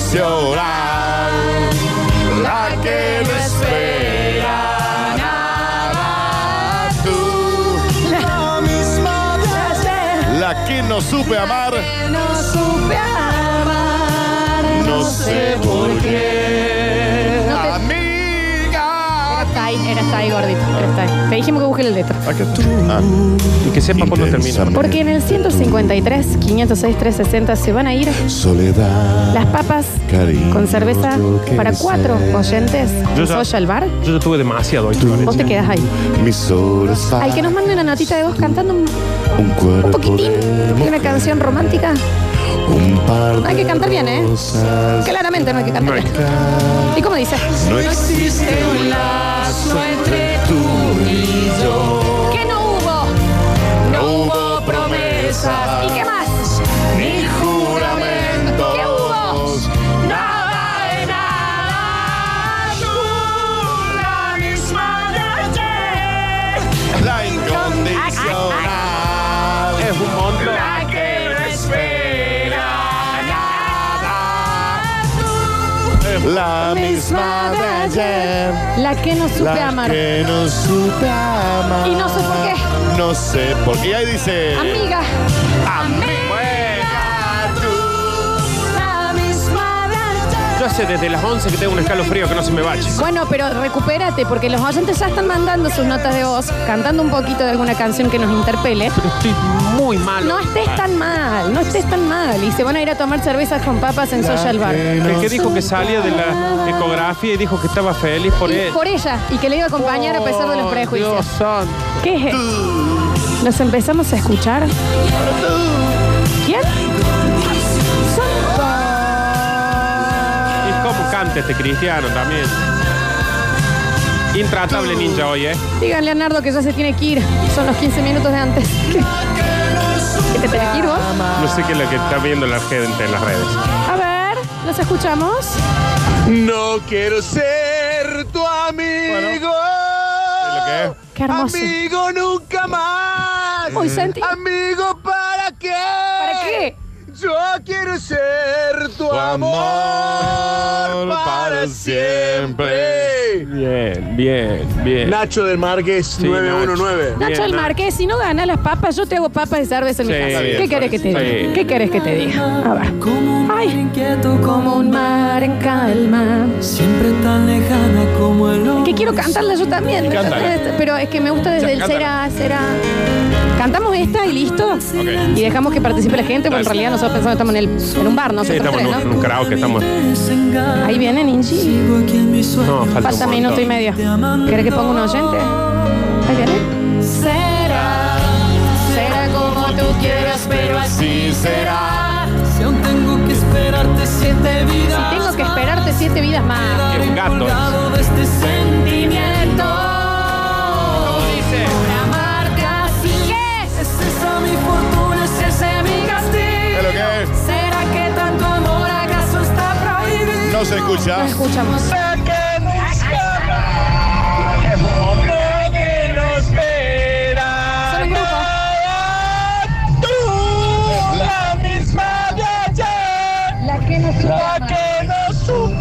nacional, la que no espera nada. Tú, La misma de ayer la que no supe amar, que no supe amar. no sé por qué. No te- Amiga. Era Sai, era Sai gordito. Era Sai. Te dijimos que busque la letra. Acá está. Ah, Y que sepan cuándo termina. intensamente. Porque en el 153, 506, 360 se van a ir Soledad. las papas Cariño, con cerveza yo que para cuatro sé. oyentes. Yo ya- Soy al bar. Yo ya tuve demasiado hoy, Florencia. Vos te quedas ahí. Mis horas Al que nos mande una notita de voz cantando un, Un cuerpo un poquitín de de una mujer, canción romántica. Un par No hay que cantar bien, ¿eh? rosas. Claramente no hay que cantar. No hay bien. ¿Y cómo dice? No existe un lazo entre tú y yo. Que no hubo. No hubo promesas. ¿Y qué más? Ni juramentos. ¿Qué hubo? Nada de nada. Tú, la misma de ayer. La incondicional. Es un montón. La que no espera nada. La misma de ayer. La que no supe La amar. que no supe amar. Y no sé por qué. No sé por qué. Y ahí dice. Amiga. Amiga, tú. La misma Yo hace desde las 11 que tengo un escalofrío que no se me bache. Bueno, pero recupérate porque los oyentes ya están mandando sus notas de voz, cantando un poquito de alguna canción que nos interpele. Pero estoy muy mal. No estés tan mal, no estés tan mal. Y se van a ir a tomar cervezas con papas en Social Bar. El que dijo que salía de la ecografía y dijo que estaba feliz por Y él. por ella, y que le iba a acompañar a pesar de los Oh, prejuicios. Dios santo. ¿Qué es? ¿Nos empezamos a escuchar? ¿Quién? ¿Y cómo canta este cristiano también? Intratable ninja hoy, ¿eh? Digan, Leonardo, que ya se tiene que ir. Son los 15 minutos de antes. ¿Qué? ¿Que te tenés que ir vos? No sé qué es lo que está viendo la gente en las redes. A ver, ¿nos escuchamos? No quiero ser tu amigo. Qué hermoso. Amigo nunca más. Uy, Santi. Amigo, ¿para qué? ¿Para qué? Yo quiero ser tu, amor, para siempre. Bien, bien, bien. Nacho del Márquez, Sí, 919. Nacho Bien, el Nacho. Marqués, si no ganas las papas, yo te hago papas y cerveza en mi Sí, casa. bien, ¿Qué querés que te Florencia, diga? sí. ¿Qué querés que te diga? A ver. Ay. Como un mar en calma. Siempre tan lejana como el Que quiero cantarla yo también. Cántala. Pero es que me gusta desde el será, cántala. será. Cantamos esta y listo. Y dejamos que participe la gente, porque en realidad nosotros pensamos que estamos en, el, en un bar, Sí, nosotros estamos en tres, un, en ¿no? un karaoke, estamos. Ahí viene Ninji. Sigo aquí en mi sueño. No, falta un Falta montón. minuto y medio. ¿Querés que ponga un oyente? Ahí viene. Será, será como tú quieras, pero Así será. Si aún tengo que esperarte siete vidas. Tengo que esperarte siete vidas más. Es un gato. Colgado de este Sentimiento. Una marca así es. Es esa mi fortuna, es ese mi ¿Qué es lo castigo. que es? ¿Será que tanto amor acaso está prohibido? No se No escucha. escuchamos. Son un grupo. La que nos ama. Qué hermoso.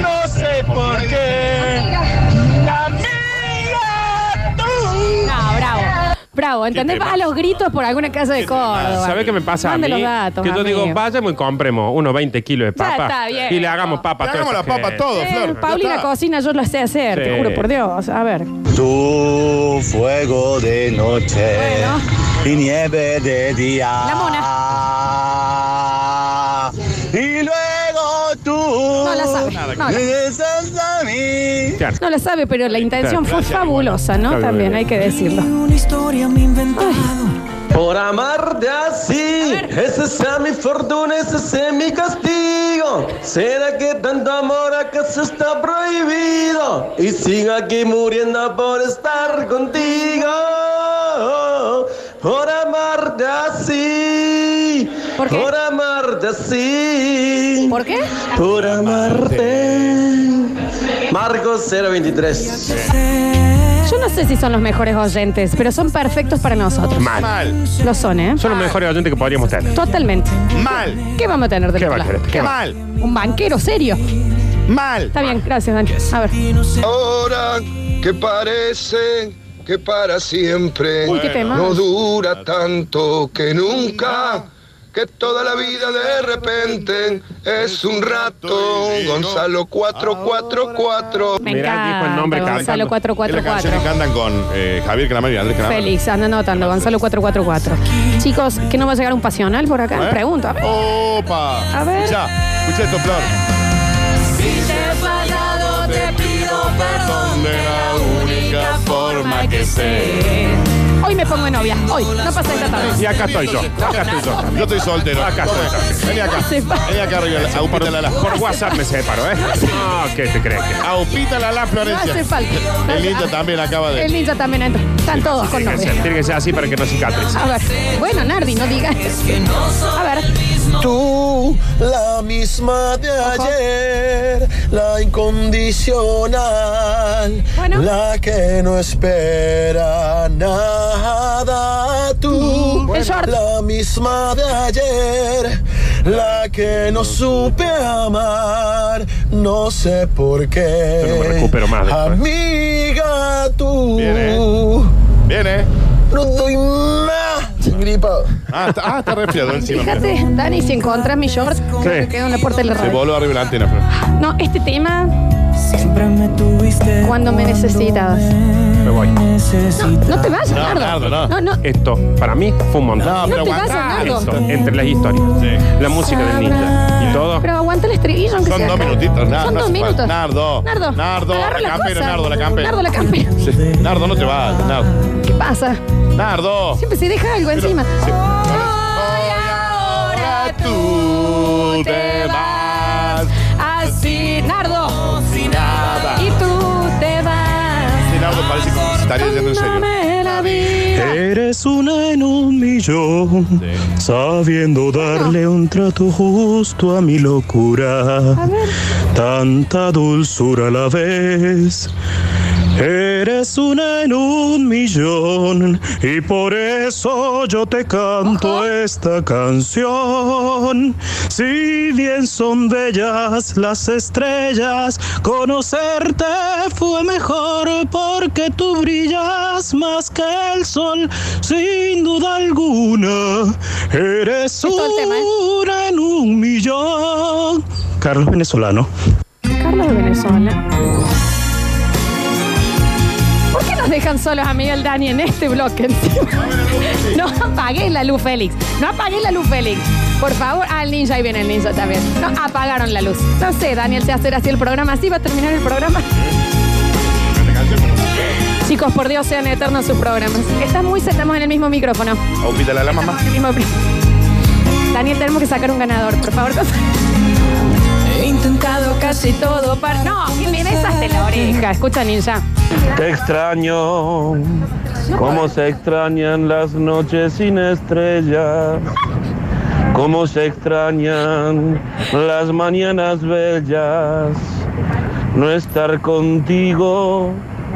No sé por qué. Amiga, tú. No, Ah, bravo. Bravo, ¿entendés? Qué tema. Va a los gritos por alguna casa de Córdoba. ¿Sabés qué me pasa a mí? Mande los datos, que yo amigo. digo, vayamos y compremos unos 20 kilos de Ya papa. está bien. Y le hagamos papa. Le hagamos la papa a todo, Eh, Flor. Pauli Ya la está. cocina, yo lo sé hacer, te Sí. juro por Dios. A ver. Tu fuego de noche Bueno. y nieve de día. La Y luego tú No la sabe. No la, regresas a mí. Claro. no la sabe, pero la intención fue gracias, fabulosa, ¿no? Está bien, También bien. hay que decirlo. Una historia me he inventado. Por amarte así, esa es mi fortuna, ese es mi castigo. ¿Será que tanto amor acaso está prohibido? Y sigo aquí muriendo por estar contigo. Por amarte así. ¿Por qué? Por amarte así. ¿Por qué? Por amarte. Marcos 023. Yo Yo no sé si son los mejores oyentes, pero son perfectos para nosotros. Mal. Mal. Lo son, ¿eh? Son los mejores oyentes que podríamos tener. Totalmente. Mal. ¿Qué vamos a tener de ¿Qué va a Nicolás? querer? ¿Qué va? Mal. Un banquero serio. Mal. Está bien, gracias, Dani. A ver. Ahora que parece que para siempre Uy, qué tema. no dura tanto que nunca. Que toda la vida de repente es un rato. Gonzalo 444. Me Mirá, encanta. dijo el Gonzalo nombre cantando. Es la canción que 444. cantan con eh, Javier Calamar y Andrés Calamar. Félix, anda anotando, Gonzalo 444. Chicos, ¿que no va a llegar un pasional por acá? ¿Eh? Pregunto. A ver. Opa. A ver. Escucha, escucha esto, Flor. De la única forma que sé. Hoy me pongo de novia. Hoy. No pasa esta Y tarde. acá estoy yo. Acá estoy yo. Yo estoy soltero. Acá estoy. Vení acá. Se va. Vení acá arriba. Aupita la la. Por WhatsApp me separo, ¿eh? Ah, ¿qué te crees? que- Aupita la la, No Florencia. hace falta. El ninja también acaba de. El ninja también entra. Están todos con Tiene que, ser, novia. tiene que ser así para que no cicatrice. A ver. Bueno, Nardi, no digas. A ver. Tú, la misma de ayer, la incondicional, Bueno. la que no espera nada. Tú, El short. la misma de ayer, la que no supe amar, no sé por qué. Yo no me recupero más después. Amiga, tú. Bien, Bien, ¿eh? No doy más. Gripa. Ah, está, ah, está resfriado encima. mira. Fíjate, Dani, si encontrás mi short, que quedó en la puerta de la Se radio. voló arriba de la antena, Flor. No, este tema, Siempre me tuviste cuando me necesitabas. Me voy. No, no te vayas, No, Nardo. Nardo, no. No, no. Esto, para mí, fue un montón. No, pero te aguanta. vayas, Nardo. Esto, entre las historias, Sí. la música del ninja y todo. Pero aguanta el estribillo, aunque Son sea dos acá. minutitos, Nardo. no Son dos hace falta. minutos. Nardo. Nardo. Nardo. agarra La campera, cosa. Nardo, la campera. Nardo, la campera. Sí. Nardo, no te vas, Nardo. ¿Qué pasa? Nardo. Siempre se deja algo encima. Sí. Hoy, ahora tú te vas. Así, Nardo. Y tú te vas. Sí, Nardo parece que se estaría yendo en serio. Dándome la vida. Eres una en un millón, Sí. sabiendo darle un trato justo a mi locura. A ver. Tanta dulzura a la vez. Eres una en un millón y por eso yo te canto esta canción. Si bien son bellas las estrellas, conocerte fue mejor porque tú brillas más que el sol, sin duda alguna. Eres Es todo el tema, ¿eh? una en un millón. Carlos Venezolano. Carlos de Venezuela. ¿Por qué nos dejan solos a Miguel Dani en este bloque encima? No apagues la luz, Félix. No apagues la luz, Félix. Por favor, ah, el ninja, ahí viene el ninja también. No, apagaron la luz. No sé, Daniel, se hacer así el programa. Así va a terminar el programa. Chicos, por Dios, sean eternos sus programas. Están muy estamos en el mismo micrófono. Aupita la la mamá. En el mismo pri- Daniel, tenemos que sacar un ganador, por favor. He intentado Casi todo para... No, que me besaste la oreja. Escucha, ninja. Te extraño. No Cómo se extrañan las noches sin estrellas. Cómo se extrañan las mañanas bellas. No estar contigo,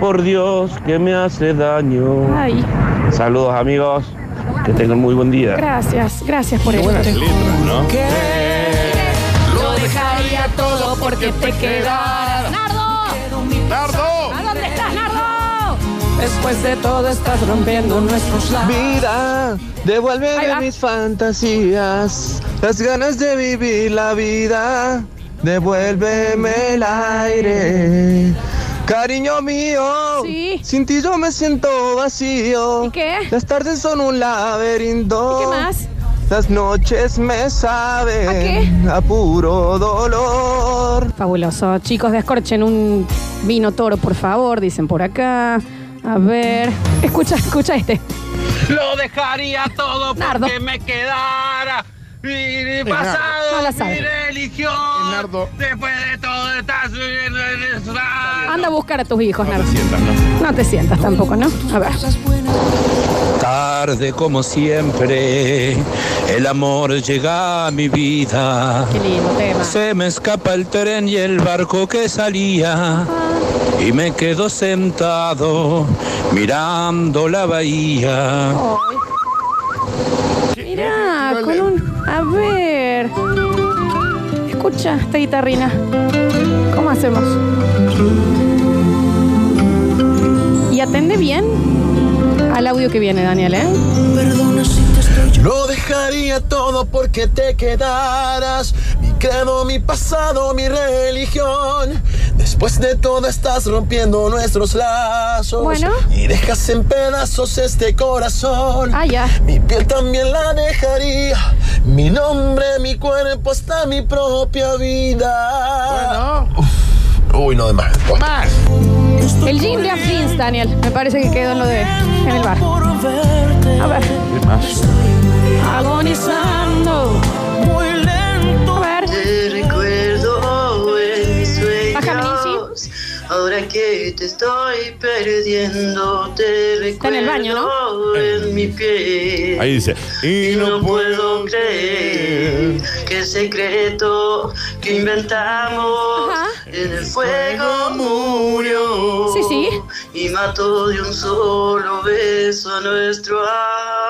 por Dios que me hace daño. Ay, Saludos amigos, que tengan muy buen día. gracias, gracias por eso. Buenas letras, ¿no? Lo dejaría todo porque te quedaras. ¡Nardo! ¡Nardo! ¿A dónde estás, Nardo? Después de todo estás rompiendo nuestros labios. Vida, Ahí devuélveme va. mis fantasías, las ganas de vivir la vida, devuélveme el aire. Cariño mío, Sí. sin ti yo me siento vacío. ¿Y qué? Las tardes son un laberinto. ¿Qué más? Las noches me saben ¿A qué? a puro dolor. Fabuloso. Chicos, descorchen un vino toro, por favor, dicen por acá. A ver. Escucha, escucha este. Lo dejaría todo Nardo. porque me quedara. Mi No pasado, la mi sabe. religión. Es Nardo. Después de todo, estás subiendo en el Anda a buscar a tus hijos, No te Nardo. sientas, ¿no? No te sientas tampoco, ¿no? A ver. Tarde como siempre, el amor llega a mi vida. Qué lindo tema. Se me escapa el tren y el barco que salía. y me quedo sentado mirando la bahía. Mirá, con un. A ver. Escucha esta guitarrina. ¿Cómo hacemos? Y atende bien al audio que viene, Daniel, ¿eh? Perdona si te estoy Lo dejaría todo porque te quedaras. Mi credo, mi pasado, mi religión. Después de todo estás rompiendo nuestros lazos. Bueno. Y dejas en pedazos este corazón. Ah, ya. Mi piel también la dejaría. Mi nombre, mi cuerpo, hasta mi propia vida. Bueno. Uy, no de más. El jean de Aflins, Daniel. Me parece que quedó en lo de. en el bar. A ver. Agonizando. Muy lento. A ver. Te recuerdo en mis Bájame, sueños. Ahora que te estoy perdiendo, te recuerdo en el baño, en mi piel. Ahí dice, y no puedo creer que el secreto que inventamos en el fuego murió Sí, sí. y mató de un solo beso a nuestro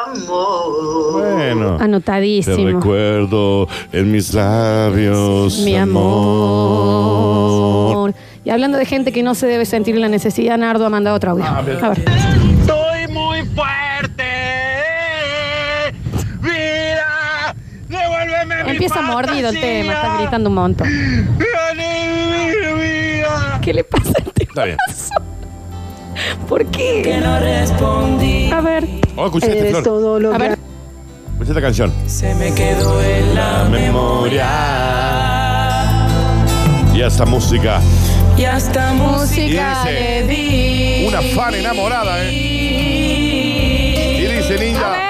amor. Bueno. Anotadísimo. Oh, Te recuerdo en mis labios. Mi amor. Y hablando de gente que no se debe sentir la necesidad, Nardo ha mandado otro audio. A ver. Estoy muy fuerte. Mira, devuélveme mi Empieza mordido el tema, está gritando un montón. ¿Qué le pasa al tema? Está bien. ¿Por qué? Que no respondí. A ver. Oh, escuchaste, Flor. todo lo A ver. Escuchaste la Pues canción. Se me quedó en la memoria. Y esta música. Y hasta música Y dice, le di. Una fan enamorada, ¿eh? Y dice, linda. A ver.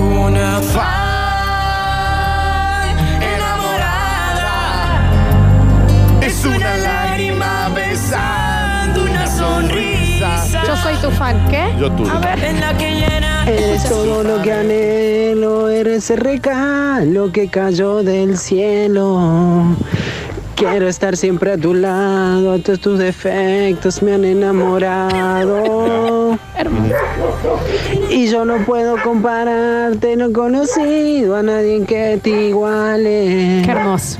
Una fan enamorada. Es una lágrima besando una sonrisa. Yo soy tu fan, ¿qué? Yo tuve. A ver. En la que llena. Eres todo lo que anhelo, eres el regalo que cayó del cielo. Quiero estar siempre a tu lado, todos tus defectos me han enamorado. Y yo no puedo compararte, no he conocido a nadie que te iguale. Qué hermoso.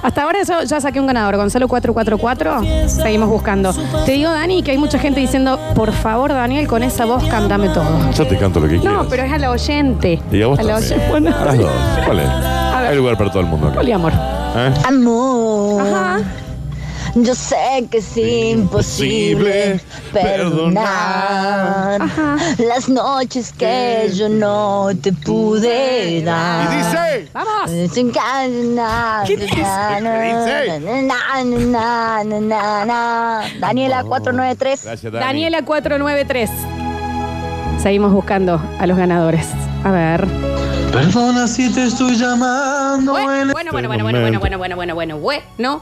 Hasta ahora eso, ya saqué un ganador, Gonzalo 444. Seguimos buscando. Te digo, Dani, que hay mucha gente diciendo, por favor, Daniel, con esa voz cántame todo. Yo te canto lo que quieras. No, pero es a la oyente. Y a vos a la también. oyente. Bueno, A las dos. ¿Cuál es? ver. Hay lugar para todo el mundo acá. poliamor. ¿Eh? Amor, Ajá. yo sé que es imposible perdonar las noches que yo no te pude dar. dice? ¡Vamos! Sin ganas, ¿Qué dice? na, na, ¿Qué dice? na, na, na, na, na. Daniela 493. Gracias, Dani. Daniela 493. Seguimos buscando a los ganadores. A ver. Perdona si te estoy llamando Bueno, este bueno, bueno, bueno, bueno, bueno, bueno, bueno, bueno, bueno, bueno.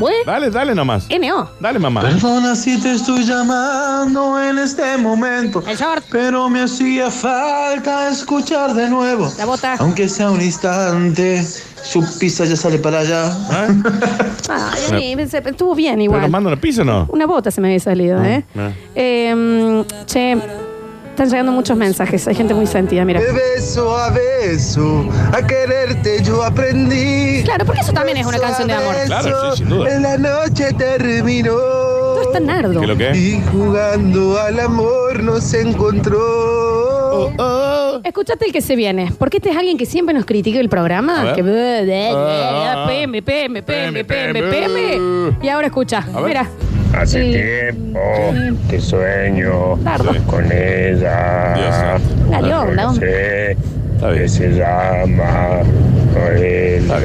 Bueno. Dale, dale nomás. NO. Dale, mamá. Perdona si te estoy llamando en este momento. El short. Pero me hacía falta escuchar de nuevo. La bota. Aunque sea un instante, su pizza ya sale para allá. ¿Eh? Ay, Ah, Dani, se- estuvo bien ¿Pero nos igual. mandan al piso o no? Una bota se me había salido, ¿eh? ah. Eh, che, están llegando muchos mensajes. Hay gente muy sentida, mira. Eh, beso a beso, a quererte yo aprendí. Claro, porque eso también es una canción de amor. Claro, sí, sin duda. En la noche terminó. Todo está nardo. ¿Qué lo que es? Y jugando al amor nos Oh. encontró. Escuchate el que se viene, porque este es alguien que siempre nos critica el A programa. ver. Que Ah. PM, PM, PM, PM, PM, PM. Y ahora escucha, ver. mira. Hace Sí. tiempo que sueño Tardo. con ella. Dale, onda, No onda. sé que se llama Lorena.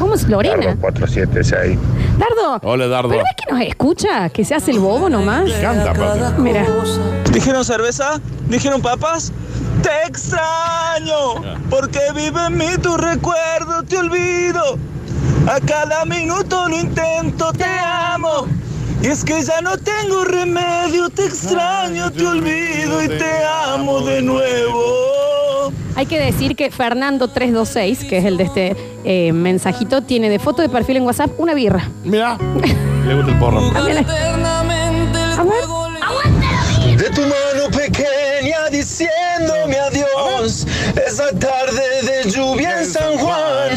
¿Cómo es Lorena? Carlos 476. Dardo. Hola, Dardo. ¿Pero ves que nos escucha? Que se hace el bobo nomás. Canta, aparte. Mira. ¿Dijeron cerveza? ¿Dijeron papas? Te extraño, porque vive en mí tu recuerdo, te olvido. A cada minuto lo intento, te amo. Y es que ya no tengo remedio, te extraño, te olvido y te amo de nuevo. Hay que decir que Fernando 326, que es el de este eh, mensajito, tiene de foto de perfil en WhatsApp una birra. Mira. Le gusta el porro. De tu mano pequeña diciéndome adiós. Esa tarde de lluvia en San Juan.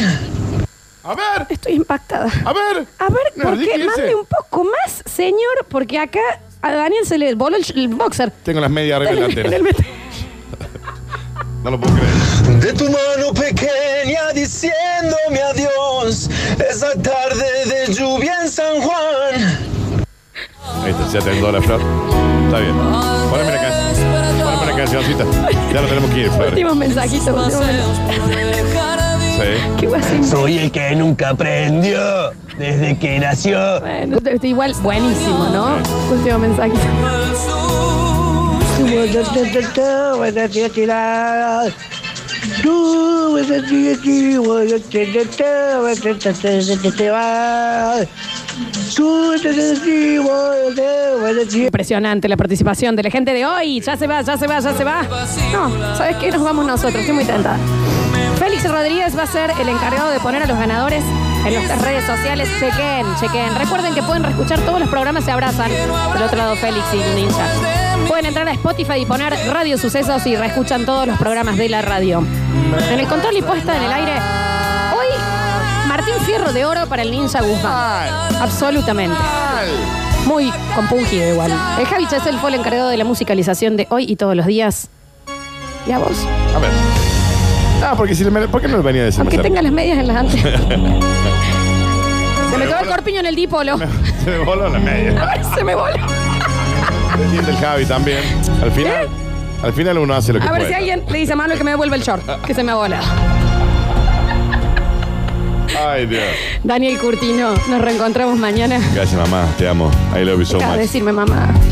A ver. Estoy impactada. A ver. A ver, No, porque dije ese. mande un poco más, señor, porque acá a Daniel se le voló el, sh- el boxer. Tengo las medias arriba de la En antena. el met- No lo puedo creer. De tu mano pequeña diciéndome adiós. Esa tarde de lluvia en San Juan. Ahí está, ya tengo la flor. Está bien. Poneme la canción. Poneme la cancioncita. Ya lo tenemos que ir, pues. Flor. Último mensajito. último mensaje. Sí. Soy el que nunca aprendió desde que nació. Bueno, te- te- igual, buenísimo, ¿no? Último mensaje. Impresionante la participación de la gente de hoy. Ya se va, ya se va, ya se va. No, ¿sabes qué? Nos vamos nosotros. Estoy muy tentada. Félix Rodríguez va a ser el encargado de poner a los ganadores en nuestras redes sociales. Chequen, chequen. Recuerden que pueden escuchar todos los programas Se Abrazan. Del otro lado, Félix y Ninja. Pueden entrar a Spotify y poner Radio Sucesos y reescuchan todos los programas de la radio. En el control y puesta en el aire, hoy Martín Fierro de Oro para el Ninja Guzmán. Absolutamente. Muy compungido igual. El Javi Chesel fue el encargado de la musicalización de hoy y todos los días. Y a vos. A ver. Ah, porque si le mere- ¿Por qué no le venía a decir Aunque Marcelo? tenga las medias en las antes. Se me me quedó el corpiño en el dipolo. Se me voló la media. A ver, se me voló. Y el del Javi también. Al final, al final uno hace lo que A ver puede. si alguien le dice a Manuel que me devuelva el short, que se me ha volado. Ay, Dios. Daniel Curtino, nos reencontramos mañana. Gracias, mamá. Te amo. I love you so Deja de much. decirme, mamá.